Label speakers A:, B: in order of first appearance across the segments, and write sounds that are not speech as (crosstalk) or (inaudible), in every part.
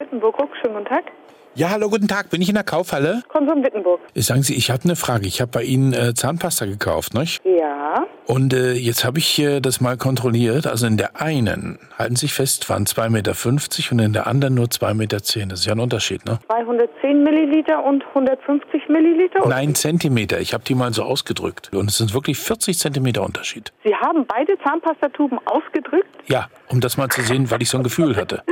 A: Wittenburg, Ruck, schönen guten Tag.
B: Ja, hallo, guten Tag. Bin ich in der Kaufhalle? Äh,
A: Konsum Wittenburg.
B: Sagen Sie, ich habe eine Frage. Ich habe bei Ihnen äh, Zahnpasta gekauft, ne?
A: Ja.
B: Und äh, jetzt habe ich äh, das mal kontrolliert. Also in der einen, halten Sie sich fest, waren 2,50 Meter und in der anderen nur 2,10 Meter. Das ist ja ein Unterschied, ne?
A: 210 Milliliter und 150 Milliliter?
B: Nein, Zentimeter. Ich habe die mal so ausgedrückt. Und es sind wirklich 40 Zentimeter Unterschied.
A: Sie haben beide Zahnpastatuben ausgedrückt?
B: Ja, um das mal zu sehen, weil ich so ein Gefühl hatte.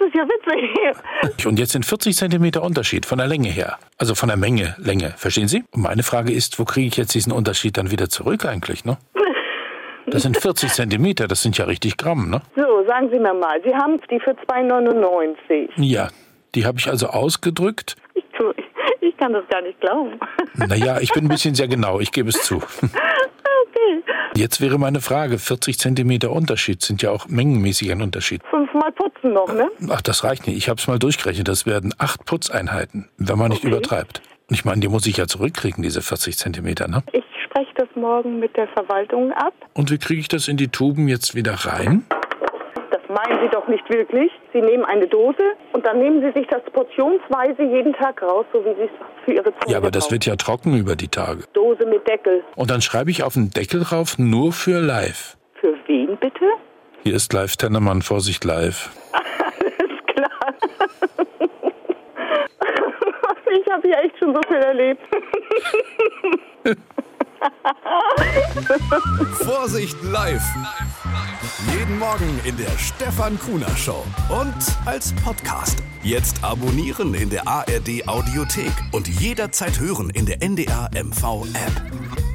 A: Das ist ja witzig.
B: (laughs) Und jetzt sind 40 Zentimeter Unterschied von der Länge her. Also von der Menge, Länge. Verstehen Sie? Und meine Frage ist, wo kriege ich jetzt diesen Unterschied dann wieder zurück eigentlich, ne? Das sind 40 Zentimeter, das sind ja richtig Gramm, ne?
A: So, sagen Sie mir mal, Sie haben die für 2,99.
B: Ja, die habe ich also ausgedrückt.
A: Ich, tu- ich kann das gar nicht glauben.
B: Naja, ich bin ein bisschen sehr genau, ich gebe es zu.
A: (laughs)
B: (laughs)
A: Okay.
B: Jetzt wäre meine Frage, 40 Zentimeter Unterschied sind ja auch mengenmäßig ein Unterschied.
A: Fünfmal putzen noch, ne?
B: Ach, das reicht nicht. Ich habe es mal durchgerechnet. Das werden acht Putzeinheiten, wenn man nicht übertreibt. Und Ich meine, die muss ich ja zurückkriegen, diese 40 Zentimeter, ne?
A: Ich spreche das morgen mit der Verwaltung ab.
B: Und wie kriege ich das in die Tuben jetzt wieder rein?
A: Das meinen Sie doch nicht wirklich. Sie nehmen eine Dose und dann nehmen Sie sich das portionsweise jeden Tag raus, so wie Sie es für Ihre Zunge
B: Ja, aber das
A: brauchen.
B: wird ja trocken über die Tage.
A: Dose mit Deckel.
B: Und dann schreibe ich auf den Deckel rauf, nur für live.
A: Für wen bitte?
B: Hier ist live Tennemann, Vorsicht live.
A: Alles klar. Ich habe hier echt schon so viel erlebt.
C: Vorsicht live. Jeden Morgen in der Stefan Kuhner Show und als Podcast. Jetzt abonnieren in der ARD Audiothek und jederzeit hören in der NDR MV App.